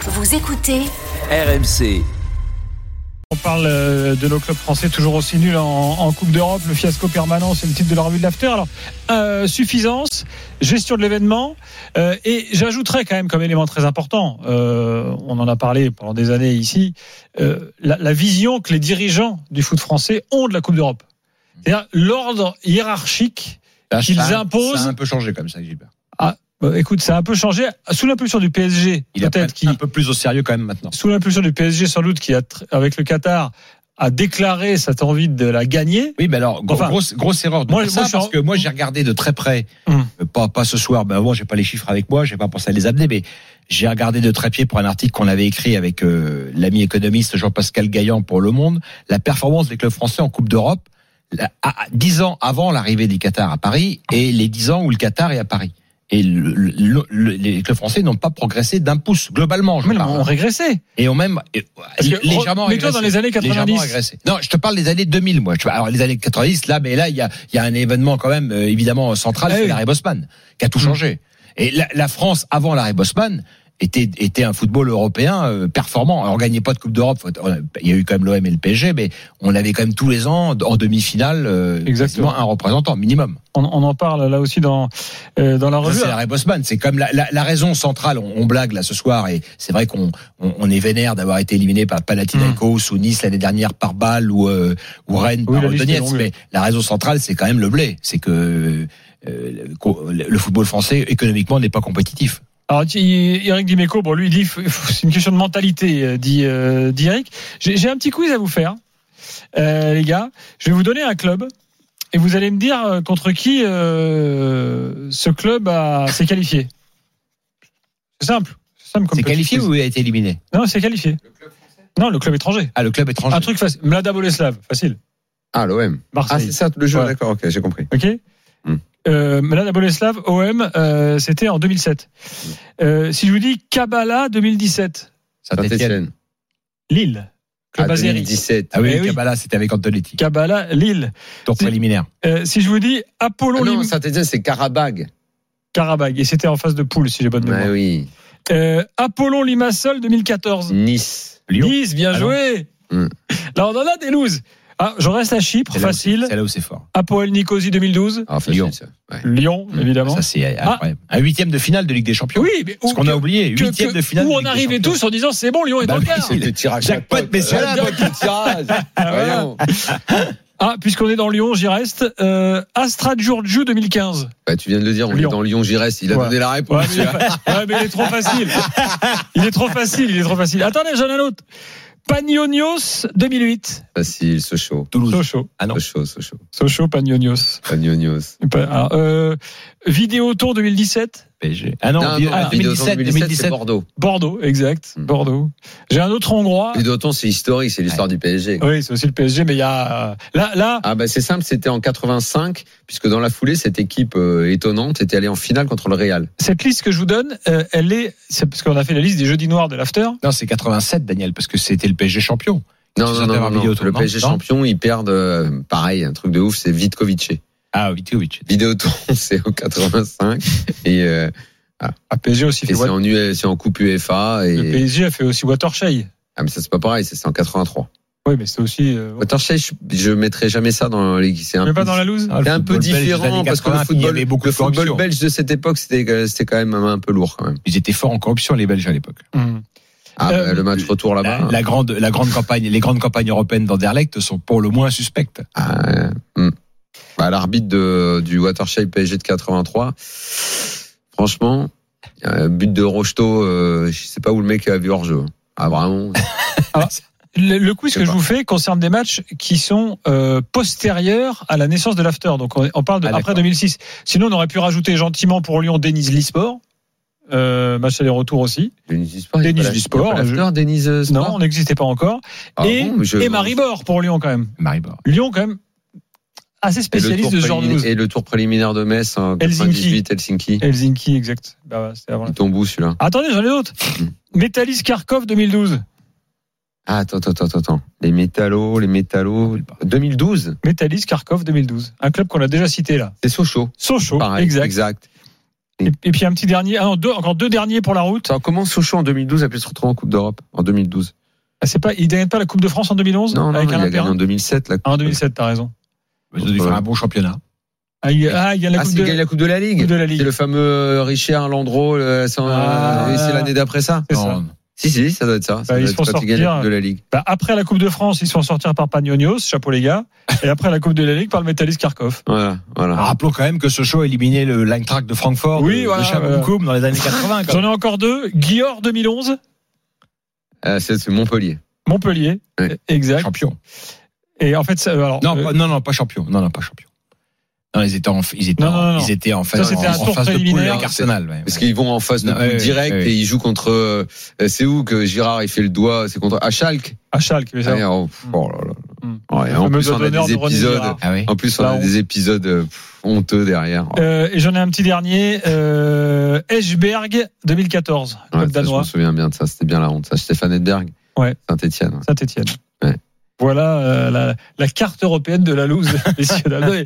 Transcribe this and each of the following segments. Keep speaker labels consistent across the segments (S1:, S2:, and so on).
S1: Vous écoutez
S2: RMC.
S3: On parle euh, de nos clubs français toujours aussi nuls en, en Coupe d'Europe. Le fiasco permanent, c'est le titre de la revue de l'After. Alors, euh, suffisance, gestion de l'événement. euh, et j'ajouterais quand même comme élément très important, euh, on en a parlé pendant des années ici, euh, la, la vision que les dirigeants du foot français ont de la Coupe d'Europe. C'est-à-dire l'ordre hiérarchique
S4: Ça,
S3: Qu'ils
S4: Ah, ça a-
S3: imposent-
S4: Ça a un peu changé comme ça, Gilbert.
S3: Bah, écoute, ça a un peu changé sous l'impulsion du PSG,
S4: Il est
S3: peut-être qui,
S4: un peu plus au sérieux quand même maintenant.
S3: sous l'impulsion du PSG sans doute, qui a, tr- avec le Qatar, a déclaré cette envie de la gagner.
S4: Oui, mais alors, gro-
S3: Enfin,
S4: grosse, grosse erreur de
S3: moi,
S4: faire
S3: moi,
S4: ça,
S3: je
S4: parce
S3: suis en-
S4: que moi, j'ai regardé de très près,
S3: Hum.
S4: euh, pas, pas ce soir, ben bon, j'ai pas les chiffres avec moi, j'ai pas pensé à les amener, mais j'ai regardé de très pied pour un article qu'on avait écrit avec euh, l'ami économiste Jean-Pascal Gaillan pour Le Monde, la performance des clubs français en Coupe d'Europe, la- à- à- dix ans avant l'arrivée du Qatar à Paris, et les dix ans où le Qatar est à Paris. Et le- le- le- les clubs français n'ont pas progressé d'un pouce, globalement, je
S3: Mais non,
S4: parle.
S3: on régressait.
S4: Et ont même et-
S3: Parce que,
S4: légèrement
S3: mais toi, dans les années 90.
S4: Légèrement agressé. Non, je te parle des années 2000, moi. Je te- Alors, les années 90, là, mais là, il y a, il y a un événement quand même, euh, évidemment, central,
S3: Ah
S4: c'est
S3: oui. Mmh.
S4: l'arrêt Bosman, qui a tout changé. Et la, la France, avant l'arrêt Bosman, était, était un football européen euh, performant. Alors, on gagnait pas de Coupe d'Europe. faut être- on a- Il y a eu quand même l'OM et le PSG, mais on avait quand même tous les ans, en demi-finale, euh,
S3: Exactement.
S4: quasiment un représentant minimum.
S3: On, on en parle là aussi dans, euh, dans la
S4: Ça,
S3: revue.
S4: c'est l'arrêt Bosman. C'est comme la, la- la raison centrale. On, on blague là ce soir et c'est vrai qu'on on, on est vénère d'avoir été éliminé par Palatinakos ou Nice l'année dernière par Bâle ou, euh, ou Rennes
S3: Hmm. Oui,
S4: par
S3: la liste est
S4: Donetsk.
S3: longue.
S4: Mais la raison centrale, c'est quand même le blé. C'est que euh, le le football français économiquement n'est pas compétitif.
S3: Alors, tu- Eric Dimeco, bon, lui, il dit, f- f- c'est une question de mentalité, euh, dit, euh, dit Eric. J'ai j'ai un petit quiz à vous faire, euh, les gars. Je vais vous donner un club et vous allez me dire euh, contre qui euh, ce club a- s'est qualifié. C'est simple. C'est simple comme
S4: C'est
S3: petit
S4: qualifié
S3: quiz.
S4: ou il a été éliminé
S3: Non, c'est qualifié. Non, le club étranger.
S4: Ah, le club étranger.
S3: Un truc facile. Mlada Boleslav, facile.
S5: Ah, l'OM. Ah,
S3: Marseille.
S5: c'est ça le jeu,
S3: Ouais.
S5: d'accord, ok, j'ai compris.
S3: Ok
S4: Mm.
S5: Hmm.
S3: euh, Mlada Boleslav, OM, euh, c'était en 2007. Euh, si je vous dis Kabbalah 2017,
S4: Saint-Étienne.
S5: Saint-Etienne.
S3: Lille,
S5: Ah,
S3: club azéri.
S5: 2017.
S4: Ah oui,
S3: Eh
S4: le
S3: oui.
S4: Kabbalah, c'était avec Antonetti.
S3: Kabbalah, Lille.
S4: Tour
S3: C'est-
S4: préliminaire.
S3: Euh, si je vous dis Apollon
S5: Ah non,
S3: Lim-
S5: Saint-Etienne, c'est Karabag.
S3: Karabag, et c'était en phase de poule, si j'ai bonne mémoire.
S5: Ah oui.
S3: Euh, Apollon Limassol
S4: Mm.
S3: 2014.
S5: Nice.
S4: Lyon.
S3: Nice, bien
S4: Ah
S3: joué.
S5: non. Hmm.
S3: Là, on en a des looses. Ah, je reste à Chypre,
S4: C'est là où c'est-
S3: facile.
S4: C'est là où c'est fort.
S3: Apoel Nicosie 2012.
S5: Ah, facile,
S4: Lyon.
S5: ça. Ouais.
S3: Lyon,
S5: Hmm.
S3: évidemment.
S4: Mm. Ça, c'est
S3: Ah.
S4: incroyable. Un huitième de finale de Ligue des Champions.
S3: oui, mais
S4: Ce
S3: où,
S4: qu'on a oublié,
S3: que-
S4: huitième
S3: que-
S4: de finale.
S3: où
S4: de
S3: on
S4: Ligue des
S3: arrivait
S4: Champions.
S3: tous en disant c'est bon, Lyon est
S4: Bah
S3: en
S4: oui,
S3: quart.
S4: c'est-
S5: Le tirage
S4: Jackpot,
S5: jackpot,
S4: messieurs,
S5: voilà,
S4: dames.
S5: donc, le tirage. Voyons.
S3: Ah, puisqu'on est dans Lyon, j'y reste. Euh, Astra Giurgiu 2015.
S5: Bah, tu viens de le dire, on
S3: Lyon.
S5: est dans Lyon, j'y reste. Il a
S3: Ouais.
S5: donné la réponse.
S3: Ouais, mais il est, fa- ouais, mais il est trop facile. Il est trop facile, il est trop facile. Attendez, j'en ai un autre. Panionios 2008.
S5: Facile, Sochaux.
S4: Toulouse.
S3: Sochaux.
S4: Ah non.
S5: Sochaux, Sochaux.
S3: Sochaux, Panionios.
S5: Agnonios.
S3: Pa- Alors, euh, Vidéoton 2017.
S4: PSG. Ah non,
S5: Non,
S4: vi-
S5: non,
S4: ah,
S5: Vidéoton
S4: 2017,
S5: 2017,
S4: 2017.
S5: c'est Bordeaux.
S3: Bordeaux, exact.
S5: Hmm.
S3: Bordeaux. J'ai un autre Hongrois.
S5: Vidéoton, c'est historique, c'est l'histoire du PSG.
S3: Oui, c'est aussi le PSG, mais il y a. euh, Là, là.
S5: Ah bah c'est simple, c'était en 85, puisque dans la foulée, cette équipe euh, étonnante était allée en finale contre le Real.
S3: Cette liste que je vous donne, euh, elle est, c'est parce qu'on a fait la liste des jeudis noirs de l'after.
S4: Non, c'est 87, Daniel, parce que c'était le PSG champion.
S5: Non,
S4: Ils
S5: non,
S4: sont
S5: non,
S4: allés en
S5: non, non.
S4: Vidéoton,
S5: le
S4: non
S5: PSG
S4: Non
S5: champion, ils perdent, euh, pareil, un truc de ouf, c'est Vitkovic.
S4: Ah, Vitovic.
S5: Vidéoton, c'est en 85, et, euh,
S3: Ah, PSG aussi fait
S5: et c'est
S3: Wat-
S5: en, UE c'est en Coupe UEFA,
S3: Le
S5: et
S3: PSG a fait aussi Watershey.
S5: ah, mais ça c'est pas pareil, ça, c'est en 83.
S3: Oui, mais c'est aussi. euh,
S5: Watershey, je, je mettrai jamais ça dans les... C'est un,
S3: mais pas dans la loose.
S4: Ah,
S5: c'est un peu différent, parce que le
S4: il y
S5: football,
S4: avait beaucoup
S5: le
S4: de corruption.
S5: football belge de cette époque, c'était euh, c'était quand même un peu lourd quand même.
S4: Ils étaient forts en corruption, les Belges, à l'époque.
S3: Hmm.
S5: Ah,
S3: Euh,
S5: bah, le match retour là-bas.
S4: La, la grande, la grande campagne, les grandes campagnes européennes d'Anderlecht sont pour le moins suspectes.
S5: Ah, euh, hmm. Bah, l'arbitre de, du Watershey PSG de 83, franchement, euh, but de Rocheteau, euh, je sais pas où le mec a vu hors jeu. Ah vraiment
S3: Le, le quiz
S5: Je sais
S3: que je
S5: pas.
S3: vous fais concerne des matchs qui sont euh, postérieurs à la naissance de l'after. Donc on, on parle de
S4: Ah,
S3: après
S4: d'accord.
S3: 2006. Sinon, on aurait pu rajouter gentiment pour Lyon Denise Lisport. Euh, match aller-retour aussi.
S5: Denise du sport.
S3: Denise
S5: Denise
S3: du sport, je-
S5: Denise euh,
S3: Non,
S5: sport.
S3: on n'existait pas encore.
S5: Ah
S3: et
S5: bon, mais je-
S3: et Maribor pour Lyon quand même.
S4: Maribor.
S3: Lyon quand même assez
S5: Et le, tour
S3: spécialiste de ce genre de
S5: préliminaire-
S3: news.
S5: et le tour préliminaire de Metz en
S3: Helsinki.
S5: 98 Helsinki.
S3: Helsinki, exact. Bah, ouais, c'était avant la-
S5: Il tombe où celui-là
S3: Attendez, j'en ai d'autres. Metalis Kharkov 2012.
S5: Ah, attends, attends, attends, attends. Les métallos, les métallos. 2012,
S3: Metalis Kharkov 2012. Un club qu'on a déjà cité là.
S5: c'est Sochaux.
S3: Sochaux,
S5: Pareil,
S3: Oh, exact.
S5: exact.
S3: Et, et puis un petit dernier, ah non, deux, encore deux derniers pour la route.
S5: Ça commence Sochaux en 2012 a pu se retrouver en Coupe d'Europe en 2012.
S3: Ah, C'est pas, il gagne pas la Coupe de France en 2011
S5: Non, non,
S3: avec
S5: il
S3: Alain
S5: a gagné
S3: Perrin
S5: en 2007 la
S3: Ah,
S5: Coupe.
S3: en 2007, t'as raison.
S4: Ils ont dû faire un bon championnat.
S3: Ah, il, ah, il y a la
S5: Ah,
S3: Coupe
S5: c'est
S3: de,
S5: gagné la Coupe de la Ligue.
S3: Coupe de la
S5: C'est
S3: Ligue.
S5: le fameux euh, Richard Landreau, le- c'est en-
S3: Ah.
S5: et c'est l'année d'après ça.
S3: C'est ça.
S4: Non,
S5: Si si, ça doit être ça. ça
S3: Bah,
S5: doit
S3: ils
S5: être
S3: se font
S5: quand il gagne la
S3: sortir.
S5: Coupe de la Ligue.
S3: Bah, après la Coupe de France, ils se font sortir par Pagnonios, chapeau les gars. Et après la Coupe de la Ligue par le métalliste Kharkov.
S5: Voilà, voilà.
S4: Ah,
S3: Ah.
S4: Rappelons quand même que ce show a éliminé le Eintracht de Francfort
S3: Oui,
S4: de,
S3: voilà,
S4: de Chabakoum dans les années 80. quand
S3: J'en ai encore deux. Guillaume 2011,
S5: Euh, c'est c'est Montpellier.
S3: Montpellier.
S5: Ouais.
S4: même.
S3: Exact.
S4: Champion.
S3: Et en fait, ça- alors,
S4: Non,
S3: euh,
S4: pas- non, non, pas champion. Non, non, pas champion. Non, ils étaient en, ils étaient,
S3: Non,
S4: en-
S3: non, non.
S4: ils étaient en
S3: Ça,
S4: face,
S3: c'était
S4: en,
S3: un tour
S4: face de poule
S3: préliminaire.
S4: avec Arsenal. ouais.
S5: Parce qu'ils vont en face
S3: Ah,
S5: de
S4: Non,
S5: coup
S4: oui,
S5: direct
S4: oui, oui.
S5: et ils jouent contre. euh, c'est où que Girard il fait le doigt C'est contre à Schalke.
S3: à Schalke, mais ça.
S5: Ah, oh, pff, oh là là.
S3: Mm.
S5: Ouais,
S3: Le
S5: en
S3: fameux
S5: plus, on a
S3: doigt d'honneur
S5: des
S3: de René
S5: épisodes.
S3: Girard.
S4: Ah oui.
S5: En plus, on
S3: Là,
S5: a
S3: on-
S5: des épisodes euh, pff, honteux derrière. Oh,
S3: Euh, et j'en ai un petit dernier, euh, Eschberg 2014,
S5: ouais,
S3: club
S5: ça, je me
S3: danois,
S5: souviens bien de ça. C'était bien la honte. Ça, Stéphane Edberg.
S3: Ouais.
S5: Saint-Etienne.
S3: Saint-Etienne.
S5: Ouais.
S3: Voilà euh, la, la carte européenne de la loose, messieurs, dames.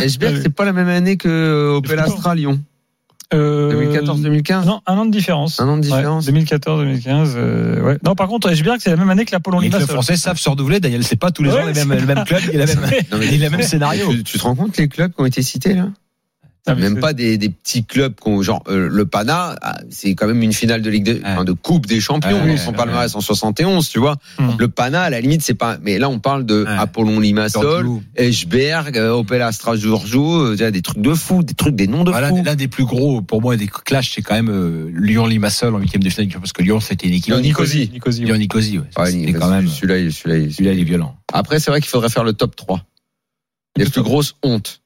S5: Esberg, c'est pas la même année que euh, Opel
S3: Football.
S5: Astra Lyon.
S3: Euh,
S5: 2014-2015.
S3: Non, un an de différence.
S5: Un an de différence.
S3: 2014-2015. euh, ouais. Non, par contre, Eschberg, c'est la même année que l'Apollon
S4: Les
S3: Limassol.
S4: clubs français savent se renouveler. D'ailleurs, c'est pas tous les
S3: Ouais,
S4: ans les mêmes-
S3: c'est-
S4: le même club et la même,
S5: Non, mais-
S4: et le même scénario.
S5: Tu, tu te rends compte les clubs qui ont été cités là
S3: Ah, mais
S5: Même
S3: c'est-
S5: pas des, des petits clubs qu'on genre euh, le Pana, ah, c'est quand même une finale de Ligue de, enfin, de Coupe des Champions,
S4: Ah, Ouais,
S5: son
S4: ouais, Mm.
S5: palmarès en 71, tu vois.
S3: Hum.
S5: Le Pana, à la limite, c'est pas. Mais là, on parle de
S4: Ouais.
S5: Apollon Limassol, Eschberg, euh, Opel Astra Giorgio, euh, déjà des trucs de fou, des trucs, des noms de
S4: Voilà,
S5: fou.
S4: l'un des plus gros, pour moi, des clashs, c'est quand même euh, Lyon-Limassol en huitième de finale, parce que Lyon, c'était une équipe.
S5: Lyon- Nicosie.
S3: Nicosie, ouais.
S4: Lyon-Nicosie, ouais.
S5: Ouais,
S4: C'était
S5: il-
S4: quand même.
S5: Celui-là, il- celui-là, il-
S4: Celui-là, il est violent.
S5: Après, c'est vrai qu'il faudrait faire le top 3. Les plus grosses hontes.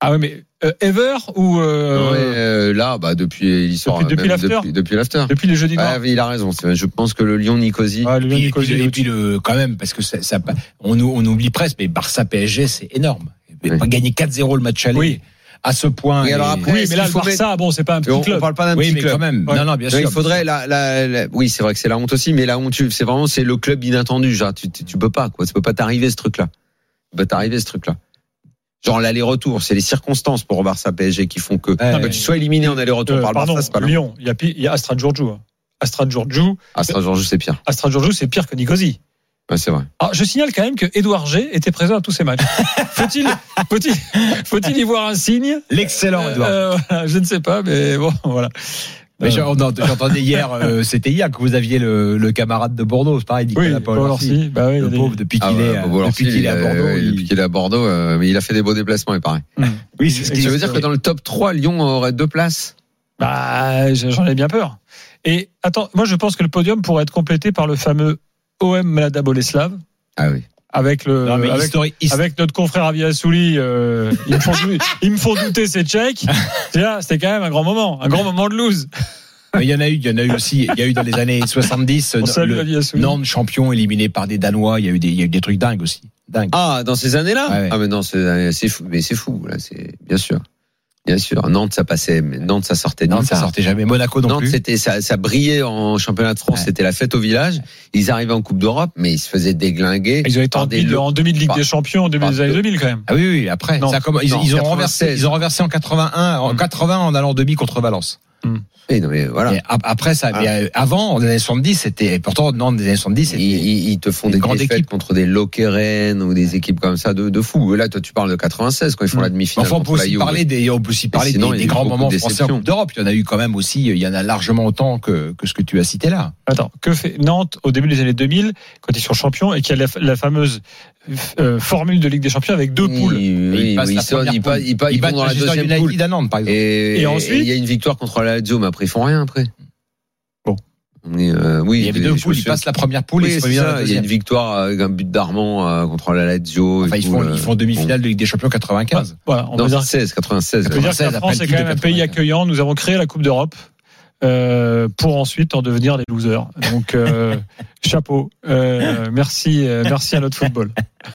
S3: Ah ouais, mais euh, Ever ou euh,
S5: Ouais, euh, là, bah, depuis, il sort,
S3: depuis
S5: même
S3: l'after.
S5: Depuis, depuis l'after.
S3: depuis les jeudis noirs
S5: Ouais, il a raison. c'est- Je pense que le Lyon-Nicosie.
S3: Ouais, le
S4: Et puis,
S3: Nicosie,
S4: et
S3: il est
S4: puis, le, quand même, parce que ça, ça- on, ou- on oublie presque, mais Barça-PSG, c'est énorme. Et
S5: Oui.
S4: pas Gagner 4-0 le match aller
S3: Oui.
S4: à ce point.
S5: Oui, alors
S4: et-
S5: après,
S3: Oui,
S5: Est-ce
S3: mais là,
S5: qu'il
S3: le
S5: faut
S3: Barça, bon, c'est pas un petit
S5: on, on
S3: club.
S5: parle pas d'un
S4: oui,
S5: petit
S4: mais quand
S5: club.
S4: même.
S3: Ouais.
S4: Non, non, bien
S5: Non,
S4: sûr.
S5: il faudrait la, la- la- oui c'est vrai que c'est la honte aussi mais la honte tu- c'est vraiment c'est le club inattendu genre tu, tu, tu peux pas quoi ça peut pas t'arriver ce truc là peut t'arriver ce truc là genre l'aller-retour c'est les circonstances pour Barça PSG qui font que
S4: Ouais.
S5: que tu sois éliminé en aller-retour
S3: Euh,
S5: par le
S3: pardon,
S5: Barça c'est pas long
S3: Lyon, il y a, pi- il y a Astra Giorgio. hein. Astra Giorgio,
S5: ah c'est genre c'est pire
S3: Astra Giorgio, c'est pire que Nicosie.
S5: ouais, c'est vrai
S3: Alors, Ah, je signale quand même que Edouard G était présent à tous ces matchs. Faut-il faut-il, faut-il y voir un signe
S4: L'excellent, Edouard.
S3: Euh, voilà, Je ne sais pas, mais bon, voilà.
S4: Mais
S3: Euh,
S4: j'en- non, j'entendais hier, euh, c'était hier que vous aviez le, le camarade de Bordeaux, c'est pareil,
S3: oui,
S4: Nicolas Paul
S3: Paul
S4: Orsi.
S3: Orsi, bah oui,
S4: Le
S3: il est-
S4: pauvre, depuis
S5: Ah
S4: qu'il
S5: ouais,
S4: est,
S5: bah, voilà,
S4: depuis
S5: si,
S4: qu'il est à
S5: euh,
S4: Bordeaux.
S5: ouais,
S4: il-
S5: depuis qu'il est à Bordeaux euh, mais il a fait des beaux déplacements il paraît
S3: Hum.
S4: Oui, c'est ce
S5: ça
S4: qu'il-
S5: veut dire que dans le top 3 Lyon aurait deux places
S3: Bah, j'en ai bien peur. Et attends, moi, je pense que le podium pourrait être complété par le fameux OM Mlada Boleslav
S5: ah oui
S3: avec le
S4: Non, mais
S3: Euh, avec
S4: historique, his-
S3: avec notre confrère Aviassouli, euh, ils, me font dou- ils me font douter ces tchèques. C'est là, C'était quand même un grand moment, un grand moment de lose.
S4: mais euh, il y en a eu, il y en a eu aussi, il y a eu dans les années 70,
S3: On
S4: euh,
S3: salue
S4: le
S3: Aviassouli.
S4: Nantes champion éliminé par des Danois, il y a eu des, il y a eu des trucs dingues aussi. Dingue.
S5: Ah, dans ces années-là
S4: Ouais, ouais.
S5: Ah, mais non, c'est c'est fou. Mais c'est fou, là, c'est bien sûr. Bien sûr. Nantes, ça passait. mais Ah, Nantes, ça sortait. de
S4: Nantes,
S5: nulle
S4: ça
S5: part.
S4: sortait jamais. Monaco non
S5: Nantes,
S4: plus.
S5: c'était, ça, ça brillait en championnat de France.
S4: Ouais.
S5: C'était la fête au village. Ils arrivaient en Coupe d'Europe, mais ils se faisaient déglinguer.
S3: Ils ont été
S5: par
S3: en,
S5: des
S3: demi-
S5: lo-
S3: en demi de Ligue
S5: par-
S3: des Champions, en début
S5: par-
S3: des années 2000 quand même.
S4: Ah oui, oui, après.
S3: Non.
S4: ça commence- ils,
S5: Non,
S4: ils ont
S5: 96.
S4: renversé, ils ont renversé en 81, en
S3: Mm.
S4: 80 en allant en demi contre Valence.
S5: Oui, Eh, non, mais voilà.
S4: Et ap- après ça,
S5: Ah.
S4: mais, euh, avant, en années 70, c'était, et pourtant, Nantes des années 70,
S5: Ils,
S4: c'était
S5: ils- ils te font
S4: Une
S5: des
S4: grande
S5: défaites
S4: équipe.
S5: contre des Lokeren ou des équipes comme ça de, de fou. Là, toi, tu parles de 96 quand ils font
S3: Mm.
S5: la
S4: Mais
S5: demi-finale.
S4: Enfin, on peut
S5: contre la
S4: aussi
S5: Juve.
S4: parler des, on peut aussi parler
S5: sinon,
S4: des,
S5: il y a
S4: des
S5: eu
S4: grands
S5: beaucoup
S4: moments
S5: de
S4: français en
S5: déceptions.
S4: Coupe d'Europe. Il y en a eu quand même aussi, euh, il y en a largement autant que, que ce que tu as cité là.
S3: Attends, que fait Nantes au début des années 2000 quand ils sont champions et qu'il y a la, la fameuse euh, formule de Ligue des Champions avec deux
S5: Oui,
S3: poules
S5: oui,
S4: ils passent
S5: oui,
S4: la
S5: ils sortent,
S4: première
S5: ils
S4: poule.
S5: passent- ils passent-
S4: Ils
S5: ils vont
S4: battent
S5: dans la
S4: Manchester
S5: deuxième poule.
S4: United à Nantes, par exemple.
S5: Et,
S3: Et ensuite
S5: et il y a une victoire contre la Lazio, mais après ils font rien après.
S3: Bon.
S5: Mais, euh, oui,
S4: il y avait
S5: je
S4: deux
S5: me
S4: poules, ils
S5: souviens-
S4: passent la première poule
S5: Oui,
S4: et ils se
S5: c'est
S4: reviennent dans
S5: ça,
S4: la
S5: Il y a une
S4: deuxième.
S5: victoire avec un but d'Armand euh, contre la Lazio. et
S4: Enfin, ils
S5: tout,
S4: font,
S5: euh,
S4: ils font demi-finale de Ligue des Champions 95.
S3: Voilà, on
S5: Non,
S3: peut dire
S5: 16, 96.
S3: Je peux dire que
S4: 96,
S3: la France
S4: après
S3: est
S4: le
S3: quand
S4: titre
S3: même un
S4: de
S3: pays
S4: 95.
S3: accueillant. Nous avons créé la Coupe d'Europe euh, pour ensuite en devenir les losers. Donc, euh, chapeau. Euh, merci, euh, merci à notre football.